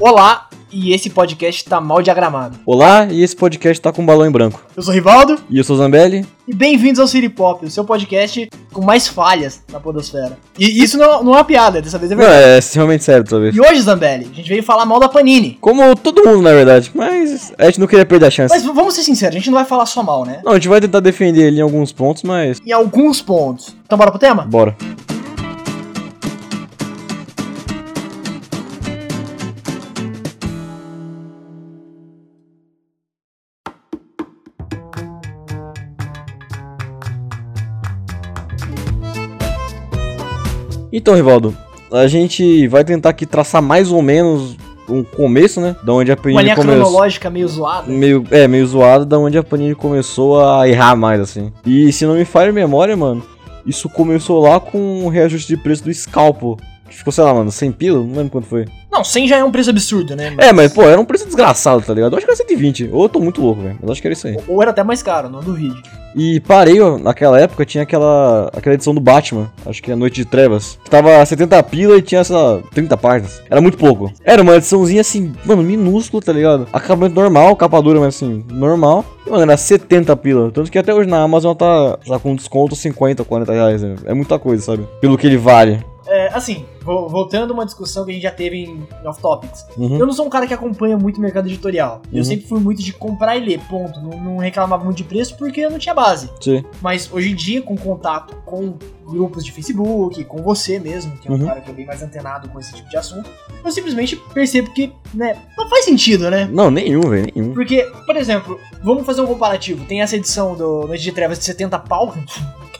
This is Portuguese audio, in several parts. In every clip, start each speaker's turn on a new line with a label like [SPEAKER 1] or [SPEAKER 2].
[SPEAKER 1] Olá, e esse podcast tá mal diagramado.
[SPEAKER 2] Olá, e esse podcast tá com um balão em branco.
[SPEAKER 1] Eu sou o Rivaldo
[SPEAKER 2] E eu sou o Zambelli.
[SPEAKER 1] e bem-vindos ao City Pop, o seu podcast com mais falhas na podosfera. E isso não, não é uma piada, dessa vez é
[SPEAKER 2] Não,
[SPEAKER 1] verdade.
[SPEAKER 2] é realmente sério dessa vez.
[SPEAKER 1] E hoje, Zambelli, a gente veio falar mal da Panini.
[SPEAKER 2] Como todo mundo, na verdade, mas a gente não queria perder a chance.
[SPEAKER 1] Mas v- vamos ser sinceros, a gente não vai falar só mal, né?
[SPEAKER 2] Não, a gente vai tentar defender ele em alguns pontos, mas.
[SPEAKER 1] Em alguns pontos. Então bora pro tema?
[SPEAKER 2] Bora. Então, Rivaldo, a gente vai tentar aqui traçar mais ou menos um começo, né? Da onde a
[SPEAKER 1] Uma
[SPEAKER 2] Panini
[SPEAKER 1] linha
[SPEAKER 2] começou.
[SPEAKER 1] cronológica meio zoada.
[SPEAKER 2] Meio, é, meio zoado da onde a Panini começou a errar mais, assim. E se não me falha a memória, mano, isso começou lá com o reajuste de preço do Scalpo. Que ficou, sei lá, mano, 100 pila? Não lembro quanto foi.
[SPEAKER 1] Não, 100 já é um preço absurdo, né?
[SPEAKER 2] É, mas, pô, era um preço desgraçado, tá ligado? Eu acho que era 120. Ou eu tô muito louco, velho. Mas eu acho que era isso aí.
[SPEAKER 1] Ou era até mais caro, não duvide.
[SPEAKER 2] E parei, ó, naquela época tinha aquela, aquela edição do Batman, acho que é a Noite de Trevas, que tava 70 pila e tinha, sei lá, 30 páginas. Era muito pouco. Era uma ediçãozinha assim, mano, minúscula, tá ligado? Acabamento normal, capa dura, mas assim, normal. E, mano, era 70 pila. Tanto que até hoje na Amazon tá, tá com desconto 50, 40 reais. Né? É muita coisa, sabe? Pelo que ele vale.
[SPEAKER 1] É, assim, vo- voltando a uma discussão que a gente já teve em em Off Topics.
[SPEAKER 2] Uhum.
[SPEAKER 1] Eu não sou um cara que acompanha muito o mercado editorial. Eu
[SPEAKER 2] Uhum.
[SPEAKER 1] sempre fui muito de comprar e ler, ponto. Não, não reclamava muito de preço porque eu não tinha base.
[SPEAKER 2] Sim.
[SPEAKER 1] Mas hoje em dia, com contato com grupos de Facebook, com você mesmo, que é um
[SPEAKER 2] Uhum.
[SPEAKER 1] cara que é bem mais antenado com esse tipo de assunto, eu simplesmente percebo que, né, não faz sentido, né?
[SPEAKER 2] Não, nenhum, velho, nenhum.
[SPEAKER 1] Porque, por exemplo, vamos fazer um comparativo. Tem essa edição do Noite de Trevas de 70 pau,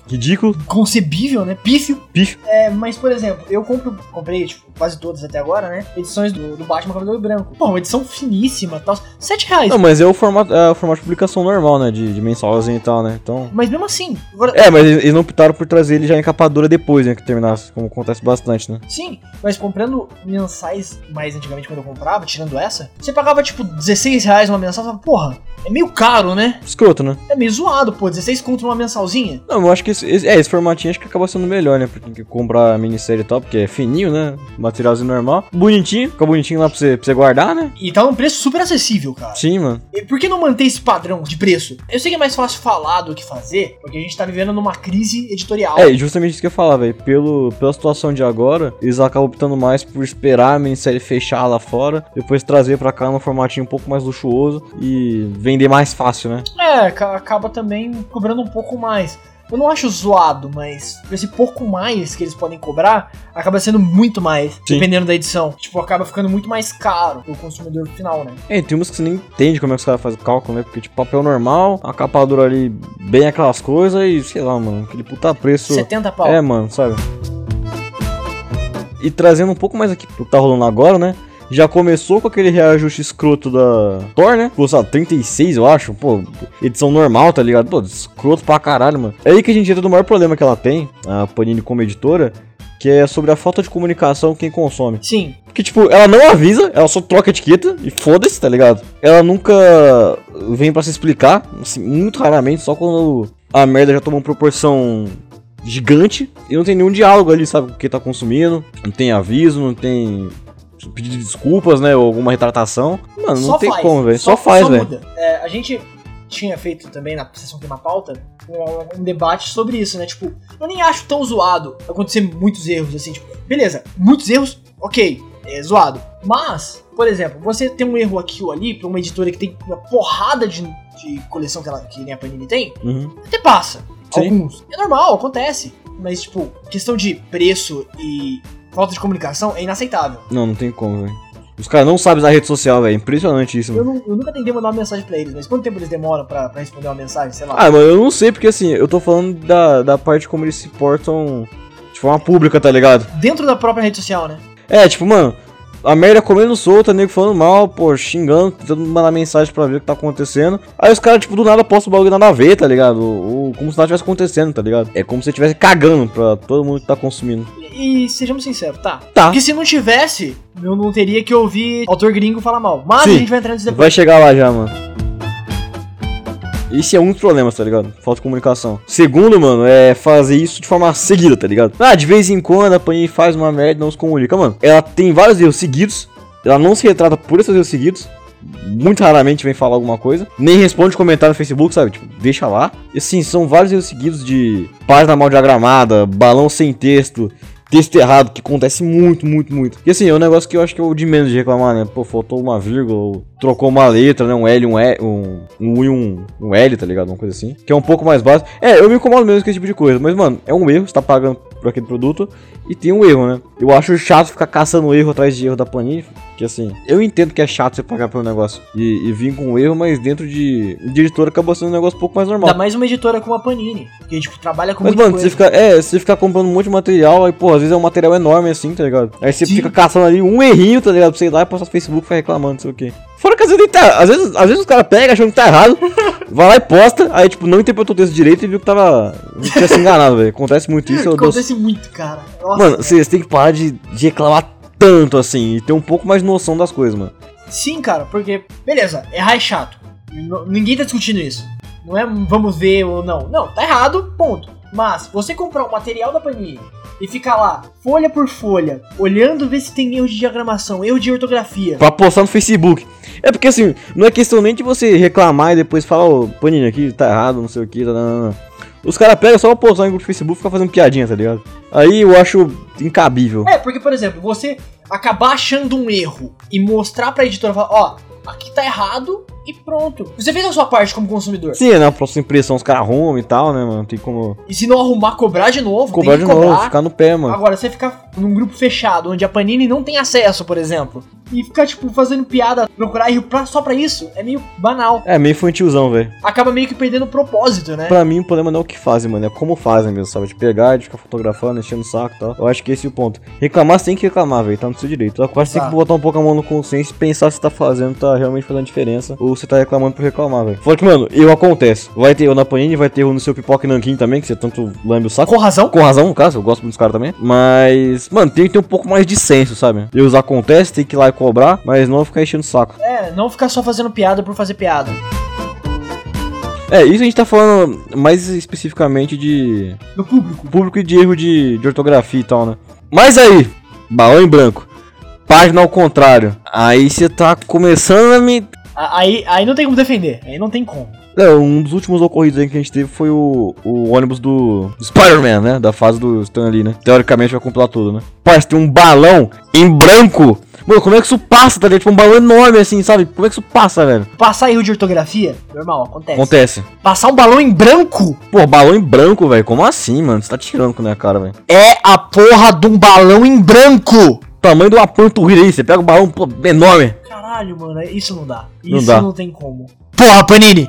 [SPEAKER 2] Ridículo,
[SPEAKER 1] concebível, né? Pífio.
[SPEAKER 2] bicho.
[SPEAKER 1] É, mas, por exemplo, eu compro, comprei, tipo, quase todas até agora, né? Edições do, do Batman Cavaleiro Branco. Pô, uma edição finíssima tal. 7 reais.
[SPEAKER 2] Não, mas é o formato, é o formato de publicação normal, né? De, de mensalzinho e tal, né? Então.
[SPEAKER 1] Mas mesmo assim, agora-
[SPEAKER 2] É, mas eles não optaram por trazer ele já em capa dura depois, né? Que terminasse, como acontece bastante, né?
[SPEAKER 1] sim, mas comprando mensais mais antigamente quando eu comprava, tirando essa, você pagava tipo 16 reais uma mensal, você falava, porra, é meio caro, né?
[SPEAKER 2] Escroto, né?
[SPEAKER 1] É meio zoado, pô, 16 contra uma mensalzinha.
[SPEAKER 2] Não, eu acho que esse, esse- é, esse formatinho acho que acaba sendo melhor, né? Porque comprar a minissérie e tal, porque é fininho, né? Materialzinho normal. Bonitinho, fica bonitinho lá pra você, pra você guardar, né?
[SPEAKER 1] E tá um preço super acessível, cara.
[SPEAKER 2] Sim, mano.
[SPEAKER 1] E por que não manter esse padrão de preço? Eu sei que é mais fácil falar do que fazer, porque a gente tá vivendo numa crise editorial.
[SPEAKER 2] É, e justamente isso que eu ia falar, velho. Pelo- Pela situação de agora, eles acabam optando mais por esperar a minissérie fechar lá fora, depois trazer pra cá num formatinho um pouco mais luxuoso e vender mais fácil, né?
[SPEAKER 1] É, ca- acaba também cobrando um pouco mais. Eu não acho zoado, mas esse pouco mais que eles podem cobrar acaba sendo muito mais,
[SPEAKER 2] Sim.
[SPEAKER 1] dependendo da edição. Tipo, acaba ficando muito mais caro pro consumidor final, né?
[SPEAKER 2] É, tem umas que você nem entende como é que os caras fazem o cálculo, né? Porque, tipo, papel normal, a capa dura ali bem aquelas coisas e, sei lá, mano, aquele puta preço.
[SPEAKER 1] 70 pau.
[SPEAKER 2] É, mano, sabe? E trazendo um pouco mais aqui pro que tá rolando agora, né? Já começou com aquele reajuste escroto da Thor, né? Pô, sabe, 36, eu acho. Pô, edição normal, tá ligado? Pô, escroto pra caralho, mano. É aí que a gente entra no maior problema que ela tem, a Panini como editora, que é sobre a falta de comunicação com quem consome.
[SPEAKER 1] Sim,
[SPEAKER 2] Porque, tipo, ela não avisa, ela só troca a etiqueta e foda-se, tá ligado? Ela nunca vem pra se explicar, assim, muito raramente, só quando a merda já toma uma proporção gigante e não tem nenhum diálogo ali, sabe, com quem tá consumindo, não tem aviso, não tem pedido de desculpas, né, ou alguma retratação. Mano, não
[SPEAKER 1] só
[SPEAKER 2] tem
[SPEAKER 1] faz.
[SPEAKER 2] como, velho. Só, faz, velho.
[SPEAKER 1] muda. É, a gente tinha feito também na sessão que tem uma pauta um, um debate sobre isso, né? Tipo, eu nem acho tão zoado acontecer muitos erros, assim, tipo, beleza, muitos erros, ok, é zoado. Mas, por exemplo, você tem um erro aqui ou ali pra uma editora que tem uma porrada de, de coleção que, ela, que nem a Panini tem,
[SPEAKER 2] Uhum.
[SPEAKER 1] até passa.
[SPEAKER 2] Sim.
[SPEAKER 1] Alguns. É normal, acontece. Mas, tipo, questão de preço e falta de comunicação é inaceitável.
[SPEAKER 2] Não, não tem como, velho. Os caras não sabem usar rede social, velho. Impressionante isso, mano.
[SPEAKER 1] Eu, não- eu nunca tentei mandar uma mensagem pra eles, mas quanto tempo eles demoram pra, pra responder uma mensagem, sei lá.
[SPEAKER 2] Ah, mano, eu não sei, porque assim, eu tô falando da, da parte como eles se portam de forma pública, tá ligado?
[SPEAKER 1] Dentro da própria rede social, né?
[SPEAKER 2] É, tipo, mano, a merda comendo solta, nego falando mal, pô, xingando, tentando mandar mensagem pra ver o que tá acontecendo. Aí os caras, tipo, do nada postam o bagulho nada a ver, tá ligado? Ou, ou como se nada tivesse acontecendo, tá ligado? É como se estivesse cagando pra todo mundo que tá consumindo.
[SPEAKER 1] E, e sejamos sinceros, tá.
[SPEAKER 2] Tá.
[SPEAKER 1] Porque se não tivesse, eu não teria que ouvir autor gringo falar mal. Mas
[SPEAKER 2] Sim.
[SPEAKER 1] a gente vai entrar nisso depois.
[SPEAKER 2] Vai chegar lá já, mano. Esse é um dos problemas, tá ligado? Falta de comunicação. Segundo, mano, é fazer isso de forma seguida, tá ligado? Ah, de vez em quando a Panini faz uma merda e não se comunica, mano. Ela tem vários erros seguidos. Ela não se retrata por esses erros seguidos. Muito raramente vem falar alguma coisa. Nem responde comentário no Facebook, sabe? Tipo, deixa lá. E assim, são vários erros seguidos de página mal diagramada, balão sem texto, texto errado, que acontece muito, muito, muito. E assim, é um negócio que eu acho que é o de menos de reclamar, né? Pô, faltou uma vírgula, ou trocou uma letra, né? Um L, um E, um, um U e um, um L, tá ligado? Uma coisa assim. Que é um pouco mais básico. É, eu me incomodo mesmo com esse tipo de coisa, mas, mano, é um erro, você tá pagando por aquele produto e tem um erro, né? Eu acho chato ficar caçando erro atrás de erro da planilha, que assim, eu entendo que é chato você pagar pelo negócio e, e vir com um erro, mas dentro de, de editora acabou sendo um negócio um pouco mais normal.
[SPEAKER 1] Ainda mais uma editora como a Panini, que tipo, trabalha com
[SPEAKER 2] Mas,
[SPEAKER 1] muita
[SPEAKER 2] mano,
[SPEAKER 1] coisa.
[SPEAKER 2] você fica, é, você fica comprando um monte de material, aí, pô, às vezes é um material enorme assim, tá ligado? Aí você
[SPEAKER 1] Sim.
[SPEAKER 2] fica caçando ali um errinho, tá ligado? Pra você ir lá e postar no Facebook e ficar reclamando, não sei o quê. Fora que às vezes, nem tá, às vezes, às vezes os caras pegam achando que tá errado, vai lá e posta, aí, tipo, não interpretou o texto direito e viu que tava. tinha se enganado, velho. Acontece muito isso, eu dou
[SPEAKER 1] Acontece muito, cara. Nossa,
[SPEAKER 2] Mano, vocês têm que parar de, de reclamar tanto assim e ter um pouco mais noção das coisas, mano.
[SPEAKER 1] Sim, cara, porque, beleza, errar é chato. N- ninguém tá discutindo isso. Não é um vamos ver ou não. Não, tá errado, ponto. Mas você comprar o material da Panini e ficar lá, folha por folha, olhando ver se tem erro de diagramação, erro de ortografia.
[SPEAKER 2] Pra postar no Facebook. É porque assim, não é questão nem de você reclamar e depois falar, ô, Panini, aqui tá errado, não sei o que, tá, não, não, não. Os caras pegam só pra postar em grupo de Facebook e ficam fazendo piadinha, tá ligado? Aí eu acho incabível.
[SPEAKER 1] É, porque, por exemplo, você acabar achando um erro e mostrar pra editora falar, ó, aqui tá errado e pronto. Você fez a sua parte como consumidor.
[SPEAKER 2] Sim, né? A próxima impressão, os caras arrumam e tal, né, mano? Tem como
[SPEAKER 1] E se não arrumar, cobrar de novo,
[SPEAKER 2] cobrar
[SPEAKER 1] tem
[SPEAKER 2] de
[SPEAKER 1] que
[SPEAKER 2] novo,
[SPEAKER 1] cobrar. Ah,
[SPEAKER 2] ficar no pé, mano.
[SPEAKER 1] Agora, você ficar num grupo fechado, onde a Panini não tem acesso, por exemplo, e ficar, tipo, fazendo piada, procurar erro pra- só pra isso, é meio banal.
[SPEAKER 2] É meio infantilzão, velho.
[SPEAKER 1] Acaba meio que perdendo o propósito, né?
[SPEAKER 2] Pra mim, o problema não é o que fazem, mano. É como fazem mesmo, sabe? De pegar, de ficar fotografando, enchendo o saco e tal. Eu acho que esse é o ponto. Reclamar, você tem que reclamar, velho. Tá no seu direito. Eu acho que você tem
[SPEAKER 1] Exato.
[SPEAKER 2] que botar um pouco a mão no consciência e pensar se tá fazendo, tá realmente fazendo diferença. Ou você tá reclamando por reclamar, velho. Fala que, mano, eu acontece. Vai ter eu na Panini, vai ter eu no seu pipoca e nanquim também, que você tanto lambe o saco.
[SPEAKER 1] Com razão.
[SPEAKER 2] Com razão, no caso, eu gosto muito dos caras também. Mas, mano, tem que ter um pouco mais de senso, sabe? Deus acontece, tem que ir lá e cobrar, mas não ficar enchendo o saco.
[SPEAKER 1] É, não ficar só fazendo piada por fazer piada.
[SPEAKER 2] É, isso a gente tá falando mais especificamente de
[SPEAKER 1] Do público.
[SPEAKER 2] público e de erro de, de ortografia e tal, né? Mas aí, balão em branco, página ao contrário. Aí você tá começando a me.
[SPEAKER 1] A- Aí, aí não tem como defender, aí não tem como.
[SPEAKER 2] É, um dos últimos ocorridos aí que a gente teve foi o, o ônibus do do Spider-Man, né? Da fase do Stan Lee, né? Teoricamente vai completar tudo, né? Parça, tem um balão em branco. Mano, como é que isso passa, tá ligado? Tipo, um balão enorme assim, sabe? Como é que isso passa, velho?
[SPEAKER 1] Passar erro de ortografia, normal, acontece.
[SPEAKER 2] Acontece.
[SPEAKER 1] Passar um balão em branco
[SPEAKER 2] Pô, balão em branco, velho. Como assim, mano? Você tá tirando com a minha cara, velho.
[SPEAKER 1] é a porra de um balão em branco.
[SPEAKER 2] Tamanho de uma panturrilha aí. Você pega um balão pô, enorme.
[SPEAKER 1] Caralho, mano, é, isso não dá.
[SPEAKER 2] Não
[SPEAKER 1] isso
[SPEAKER 2] dá.
[SPEAKER 1] não tem como. Porra, Panini!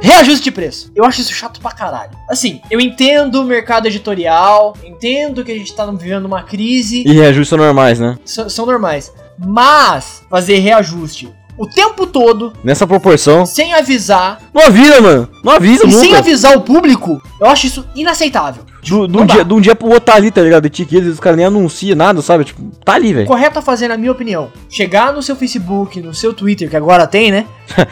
[SPEAKER 1] Reajuste de preço. Eu acho isso chato pra caralho. Assim, eu entendo o mercado editorial, entendo que a gente tá vivendo uma crise,
[SPEAKER 2] E reajustes são normais, né?
[SPEAKER 1] s- são normais. Mas, fazer reajuste o tempo todo,
[SPEAKER 2] Nessa proporção.
[SPEAKER 1] sem avisar,
[SPEAKER 2] Não avisa, mano. Não avisa
[SPEAKER 1] e sem
[SPEAKER 2] nunca.
[SPEAKER 1] avisar o público, eu acho isso inaceitável. Tipo,
[SPEAKER 2] Do, do
[SPEAKER 1] Não
[SPEAKER 2] um
[SPEAKER 1] dá.
[SPEAKER 2] dia, de um dia pro outro tá ali, tá ligado? Etiqueta, os caras nem anunciam nada, sabe? Tipo, tá ali,
[SPEAKER 1] O
[SPEAKER 2] velho.
[SPEAKER 1] correto a fazer, na minha opinião, chegar no seu Facebook, no seu Twitter, que agora tem, né?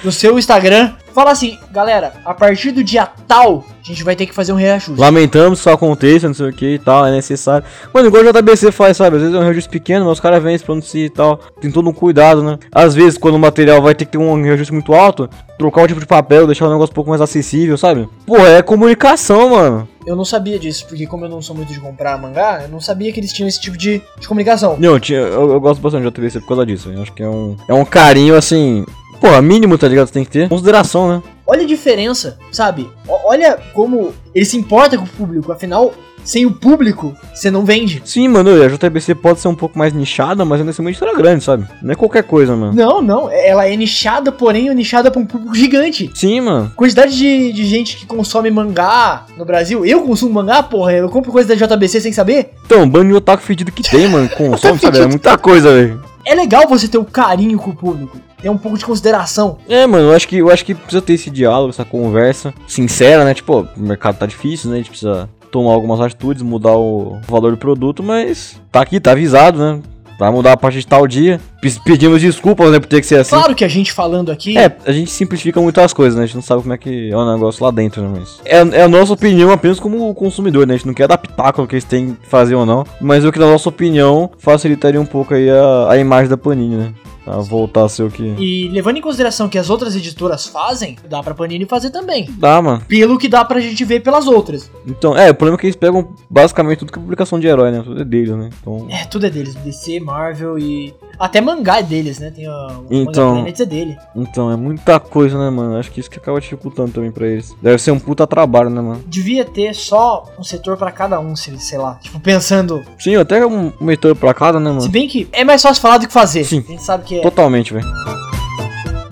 [SPEAKER 1] No seu Instagram, falar assim, galera, a partir do dia tal, a gente vai ter que fazer um reajuste.
[SPEAKER 2] Lamentamos que isso aconteça, não sei o que e tal, é necessário. Mano, igual o JBC faz, sabe? Às vezes é um reajuste pequeno, mas os caras vêm se pronunciar e tal. Tem todo um cuidado, né? Às vezes, quando o material vai ter que ter um reajuste muito alto, trocar o tipo de papel, deixar o negócio um pouco mais acessível, sabe? Pô, é comunicação, mano.
[SPEAKER 1] Eu não sabia disso, porque como eu não sou muito de comprar mangá, eu não sabia que eles tinham esse tipo de, de comunicação.
[SPEAKER 2] Não, eu, tinha- eu- eu gosto bastante de JBC por causa disso. Eu acho que é um, é um carinho, assim. Pô, mínimo, tá ligado? Você tem que ter consideração, né?
[SPEAKER 1] Olha a diferença, sabe? O- olha como ele se importa com o público, afinal, sem o público, você não vende.
[SPEAKER 2] Sim, mano, a JBC pode ser um pouco mais nichada, mas ainda assim uma editora grande, sabe? Não é qualquer coisa, mano.
[SPEAKER 1] Não, não, ela é nichada, porém é nichada pra um público gigante.
[SPEAKER 2] Sim, mano.
[SPEAKER 1] Quantidade de, de gente que consome mangá no Brasil. Eu consumo mangá, porra. Eu compro coisa da JBC sem saber.
[SPEAKER 2] Então, bando de otaku fedido que tem, mano, consome, sabe? É muita coisa, velho.
[SPEAKER 1] É legal você ter o carinho com o público. Ter um pouco de consideração.
[SPEAKER 2] É, mano, eu acho, que, eu acho que precisa ter esse diálogo, essa conversa sincera, né? Tipo, ó, o mercado tá difícil, né? A gente precisa tomar algumas atitudes, mudar o valor do produto, mas tá aqui, tá avisado, né? Vai mudar a partir de tal dia. Pe- Pedimos desculpas, né, por ter que ser assim.
[SPEAKER 1] Claro que a gente falando aqui.
[SPEAKER 2] É, a gente simplifica muito as coisas, né? A gente não sabe como é que é o negócio lá dentro, né? Mas é, é a nossa opinião apenas como consumidor, né? A gente não quer dar pitaco no que eles têm que fazer ou não. Mas o que, na nossa opinião, facilitaria um pouco aí a, a imagem da Panini, né? A voltar a ser o que.
[SPEAKER 1] E levando em consideração que as outras editoras fazem, dá pra Panini fazer também.
[SPEAKER 2] Dá, mano.
[SPEAKER 1] Pelo que dá pra gente ver pelas outras.
[SPEAKER 2] Então, é, o problema é que eles pegam basicamente tudo que é publicação de herói, né? Tudo é dele, né? Então.
[SPEAKER 1] É, tudo é deles. DC, Marvel e. Até mangá é deles, né? Tem a, o
[SPEAKER 2] Então-
[SPEAKER 1] Manga Planets é dele.
[SPEAKER 2] Então, é muita coisa, né, mano? Acho que isso que acaba dificultando também pra eles. Deve ser um puta trabalho, né, mano?
[SPEAKER 1] Devia ter só um setor pra cada um, se- sei lá. Tipo, pensando.
[SPEAKER 2] Sim, até um um leitor pra cada, né,
[SPEAKER 1] Se
[SPEAKER 2] mano?
[SPEAKER 1] bem que é mais fácil falar do que fazer.
[SPEAKER 2] Sim.
[SPEAKER 1] A gente sabe que é.
[SPEAKER 2] Totalmente, velho.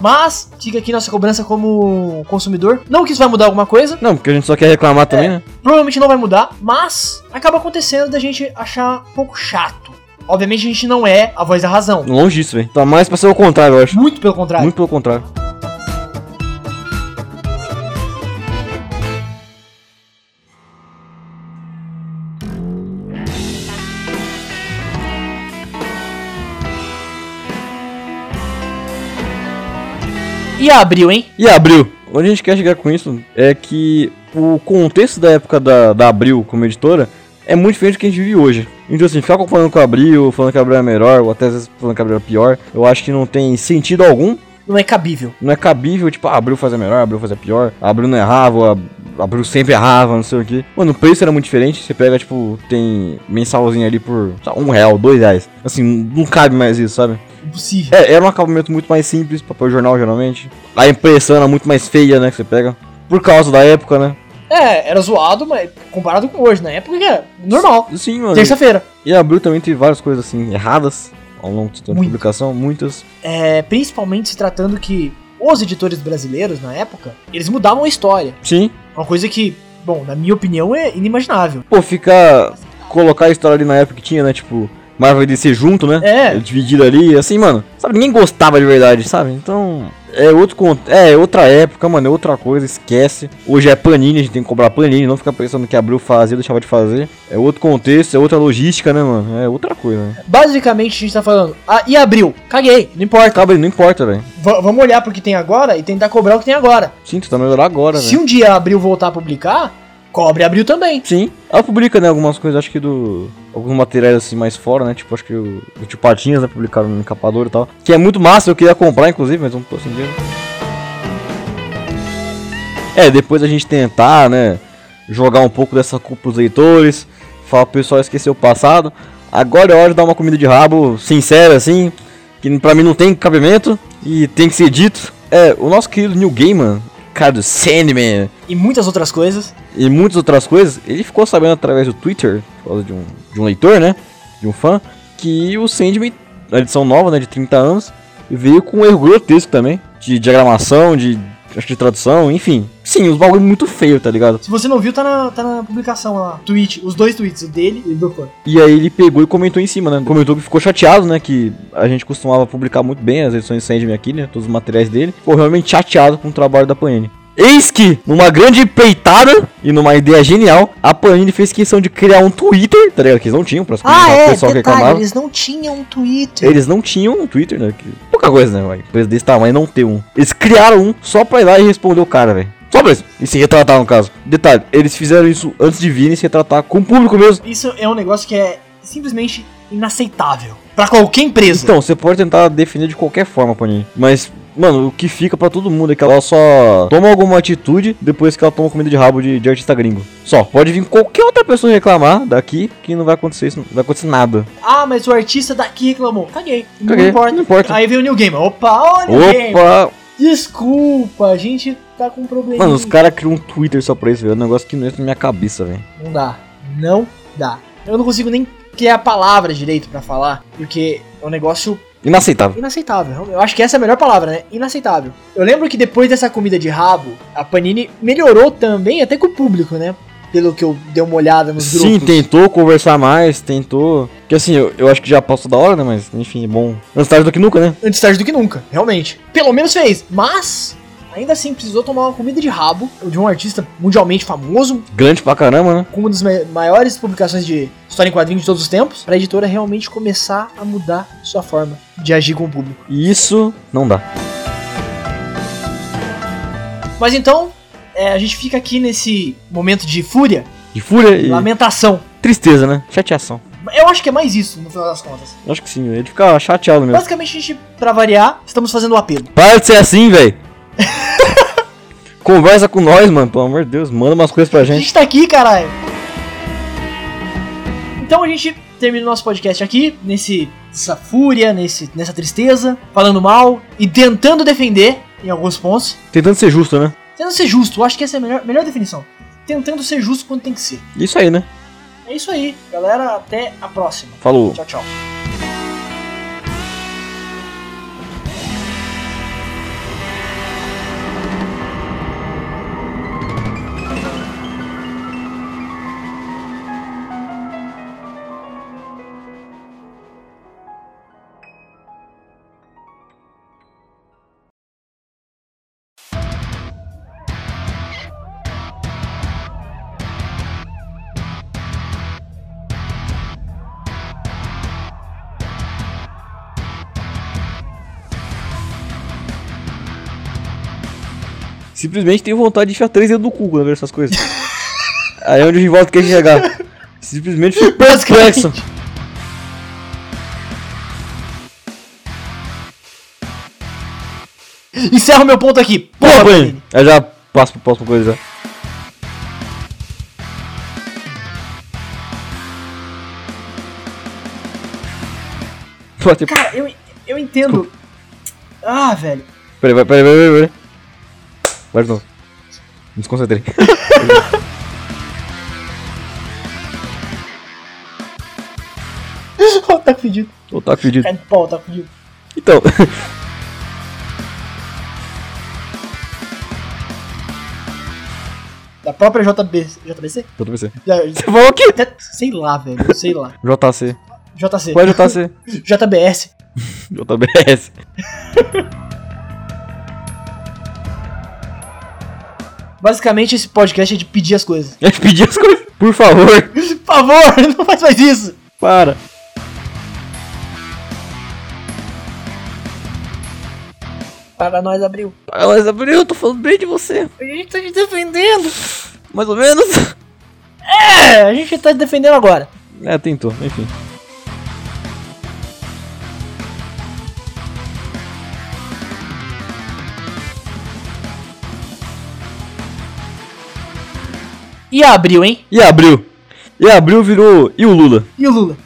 [SPEAKER 1] Mas, fica aqui nossa cobrança como consumidor. Não que isso vai mudar alguma coisa.
[SPEAKER 2] Não, porque a gente só quer reclamar também, né?
[SPEAKER 1] provavelmente não vai mudar, mas acaba acontecendo da gente achar um pouco chato. Obviamente a gente não é a voz da razão.
[SPEAKER 2] Longe disso, velho. Tá mais pra ser o contrário, eu acho.
[SPEAKER 1] Muito pelo contrário.
[SPEAKER 2] Muito pelo contrário.
[SPEAKER 1] E abriu, hein?
[SPEAKER 2] E a Abril? Onde a gente quer chegar com isso é que o contexto da época da, da Abril como editora é muito diferente do que a gente vive hoje. Então, assim, ficar comparando com a Abril, falando que a Abril é melhor, ou até às vezes falando que a Abril é pior, eu acho que não tem sentido algum.
[SPEAKER 1] Não é cabível.
[SPEAKER 2] Não é cabível, tipo, ah, Abril fazia melhor, Abril fazia pior, Abril não errava, ou a- Abril sempre errava, não sei o que. Mano, o preço era muito diferente. Você pega, tipo, tem mensalzinho ali por sei lá, um real, dois reais. Assim, não cabe mais isso, sabe?
[SPEAKER 1] Impossível.
[SPEAKER 2] É, era um acabamento muito mais simples, papel jornal geralmente. A impressão era muito mais feia, né, que você pega. Por causa da época, né?
[SPEAKER 1] É, era zoado, mas comparado com hoje, na época era normal.
[SPEAKER 2] Sim, mano.
[SPEAKER 1] Terça-feira.
[SPEAKER 2] E a Abril também teve várias coisas, assim, erradas ao longo de toda a
[SPEAKER 1] Muito.
[SPEAKER 2] publicação, muitas.
[SPEAKER 1] É, principalmente se tratando que os editores brasileiros, na época, eles mudavam a história.
[SPEAKER 2] Sim.
[SPEAKER 1] Uma coisa que, bom, na minha opinião, é inimaginável.
[SPEAKER 2] Pô, ficar. Colocar a história ali na época que tinha, né? Tipo, Marvel e DC junto, né?
[SPEAKER 1] É.
[SPEAKER 2] Dividido ali, assim, mano. Sabe, ninguém gostava de verdade, sabe? Então. É outro cont- É outra época, mano. É outra coisa, esquece. Hoje é panini, a gente tem que cobrar panini, não ficar pensando que abriu fazia, deixava de fazer. É outro contexto, é outra logística, né, mano? É outra coisa, né?
[SPEAKER 1] Basicamente, a gente tá falando, ah, e abril? Caguei, não importa.
[SPEAKER 2] Acaba aí, não importa, velho.
[SPEAKER 1] Va- vamos olhar pro que tem agora e tentar cobrar o que tem agora.
[SPEAKER 2] Sim, tu tá melhorar agora,
[SPEAKER 1] Se
[SPEAKER 2] velho.
[SPEAKER 1] um dia a Abril voltar a publicar, cobre a Abril também.
[SPEAKER 2] Sim. Ela publica, né, algumas coisas, acho que do. Alguns materiais assim mais fora, né? Tipo, acho que o, o Tio Patinhas, né? Publicaram no encapador e tal. Que é muito massa, eu queria comprar, inclusive, mas não tô sem dinheiro. É, depois a gente tentar, né? Jogar um pouco dessa culpa pros leitores. Falar pro pessoal esquecer o passado. Agora é hora de dar uma comida de rabo sincera, assim. Que pra mim não tem cabimento. E tem que ser dito. É, o nosso querido New Gaiman, cara do Sandman
[SPEAKER 1] E muitas outras coisas.
[SPEAKER 2] e muitas outras coisas, ele ficou sabendo através do Twitter, por causa de um, de um leitor, né? De um fã, que o Sandman, na edição nova, né, de 30 anos, veio com um erro grotesco também, de diagramação, de, acho que de tradução, enfim. Sim, os bagulho muito feio, tá ligado?
[SPEAKER 1] Se você não viu, tá na, tá na publicação lá. Tweet, os dois tweets, o dele e do fã.
[SPEAKER 2] E aí ele pegou e comentou em cima, né? Comentou que ficou chateado, né? Que a gente costumava publicar muito bem as edições do Sandman aqui, né? Todos os materiais dele. Ficou realmente chateado com o trabalho da Panini. Eis que, numa grande peitada e numa ideia genial, a Panini fez questão de criar um Twitter, tá ligado? Que eles não tinham pra
[SPEAKER 1] Ah,
[SPEAKER 2] o
[SPEAKER 1] é,
[SPEAKER 2] pessoal que
[SPEAKER 1] detalhe,
[SPEAKER 2] reclamava.
[SPEAKER 1] eles não tinham um Twitter.
[SPEAKER 2] Eles não tinham um Twitter, né? Que... Pouca coisa, né? Uma empresa desse tamanho não ter um. Eles criaram um só pra ir lá e responder o cara, velho. Só pra isso. E se retratar, no caso. Detalhe, eles fizeram isso antes de virem se retratar com o público mesmo.
[SPEAKER 1] Isso é um negócio que é simplesmente inaceitável. Pra qualquer empresa.
[SPEAKER 2] Então, você pode tentar definir de qualquer forma, Panini. Mas, mano, o que fica pra todo mundo é que ela só toma alguma atitude depois que ela toma comida de rabo de, de artista gringo. Só. Pode vir qualquer outra pessoa reclamar daqui que não vai acontecer isso, não vai acontecer nada.
[SPEAKER 1] Ah, mas o artista daqui reclamou. Caguei. Não
[SPEAKER 2] Caguei,
[SPEAKER 1] importa.
[SPEAKER 2] não importa.
[SPEAKER 1] Aí tá veio o New Game. Opa, olha o New Game.
[SPEAKER 2] Opa!
[SPEAKER 1] Desculpa, a gente tá com um probleminha.
[SPEAKER 2] Mano, os caras criam um Twitter só pra isso, velho. É um negócio que não entra na minha cabeça, velho.
[SPEAKER 1] Não dá. Não dá. Então, Eu não consigo nem criar a palavra direito pra falar, porque é um negócio
[SPEAKER 2] Inaceitável.
[SPEAKER 1] inaceitável. Eu acho que essa é a melhor palavra, né? Inaceitável. Eu lembro que depois dessa comida de rabo, a Panini melhorou também, até com o público, né? Pelo que eu dei uma olhada nos grupos.
[SPEAKER 2] Sim, tentou conversar mais, tentou. Que assim, eu, eu acho que já passou da hora, né? tá Mas, enfim, é bom. Antes tarde do que nunca, né?
[SPEAKER 1] Antes tarde do que nunca, realmente. Pelo menos fez, mas Ainda assim, precisou tomar uma comida de rabo de um artista mundialmente famoso,
[SPEAKER 2] Grande pra caramba, né?
[SPEAKER 1] com uma das ma- maiores publicações de história em quadrinhos de todos os tempos, pra editora realmente começar a mudar sua forma de agir com o público.
[SPEAKER 2] E isso não dá.
[SPEAKER 1] Mas então, é, a gente fica aqui nesse momento de fúria,
[SPEAKER 2] De fúria e
[SPEAKER 1] lamentação.
[SPEAKER 2] tristeza, né? Chateação.
[SPEAKER 1] Eu acho que é mais isso, no final das contas.
[SPEAKER 2] Acho que sim, ele fica chateado mesmo.
[SPEAKER 1] Basicamente, a gente, pra variar, estamos fazendo o apelo.
[SPEAKER 2] Para de ser assim, velho. Conversa com nós, mano. Pelo amor de Deus, manda umas coisas pra
[SPEAKER 1] A
[SPEAKER 2] gente.
[SPEAKER 1] gente tá aqui, caralho. Então a gente termina o nosso podcast aqui, nesse, nessa fúria, nesse, nessa tristeza, falando mal e tentando defender em alguns pontos.
[SPEAKER 2] Tentando ser justo, né?
[SPEAKER 1] Tentando ser justo, eu acho que essa é a melhor, melhor definição. Tentando ser justo quando tem que ser.
[SPEAKER 2] Isso aí, né?
[SPEAKER 1] É isso aí, galera. Até a próxima.
[SPEAKER 2] Falou.
[SPEAKER 1] Tchau, tchau.
[SPEAKER 2] Simplesmente tenho vontade de enfiar três dedos no cu quando eu vejo essas coisas. aí é onde o Rivaldo quer chegar. Simplesmente fico perplexo.
[SPEAKER 1] Encerro meu ponto aqui.
[SPEAKER 2] Porra,
[SPEAKER 1] Panini.
[SPEAKER 2] Panini. Eu já passo pro próximo coisa já. Pode-
[SPEAKER 1] Cara, eu, eu entendo. Ah, velho.
[SPEAKER 2] Peraí, vai, peraí, peraí, peraí. Vai de novo. Me desconcentrei.
[SPEAKER 1] tá pedido.
[SPEAKER 2] Eu tava pedido.
[SPEAKER 1] Cai de pau, tá pedido.
[SPEAKER 2] Então.
[SPEAKER 1] Da própria JB, JBC?
[SPEAKER 2] JBC.
[SPEAKER 1] Da- da-
[SPEAKER 2] Você falou o quê?
[SPEAKER 1] até- sei lá, velho. Sei lá.
[SPEAKER 2] JC.
[SPEAKER 1] JC.
[SPEAKER 2] Qual é JC?
[SPEAKER 1] JBS.
[SPEAKER 2] JBS.
[SPEAKER 1] Basicamente, esse podcast é de pedir as coisas.
[SPEAKER 2] Eu te pedi as coisas. Por favor.
[SPEAKER 1] Por favor, não faz mais isso.
[SPEAKER 2] Para.
[SPEAKER 1] Para nós, abriu.
[SPEAKER 2] Ah, Mas Gabriel, eu tô falando bem de você.
[SPEAKER 1] A gente tá te defendendo.
[SPEAKER 2] Mais ou menos.
[SPEAKER 1] É, a gente tá te defendendo agora.
[SPEAKER 2] É, tentou. Enfim.
[SPEAKER 1] E abriu, hein?
[SPEAKER 2] E abriu. E abriu virou. E o Lula?
[SPEAKER 1] E o Lula?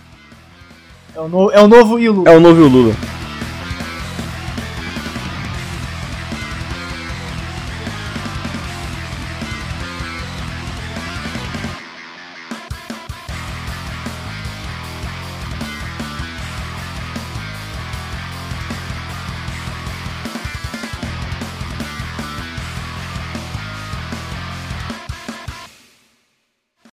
[SPEAKER 1] É o, no... é o novo e o Lula.
[SPEAKER 2] É o novo e o Lula.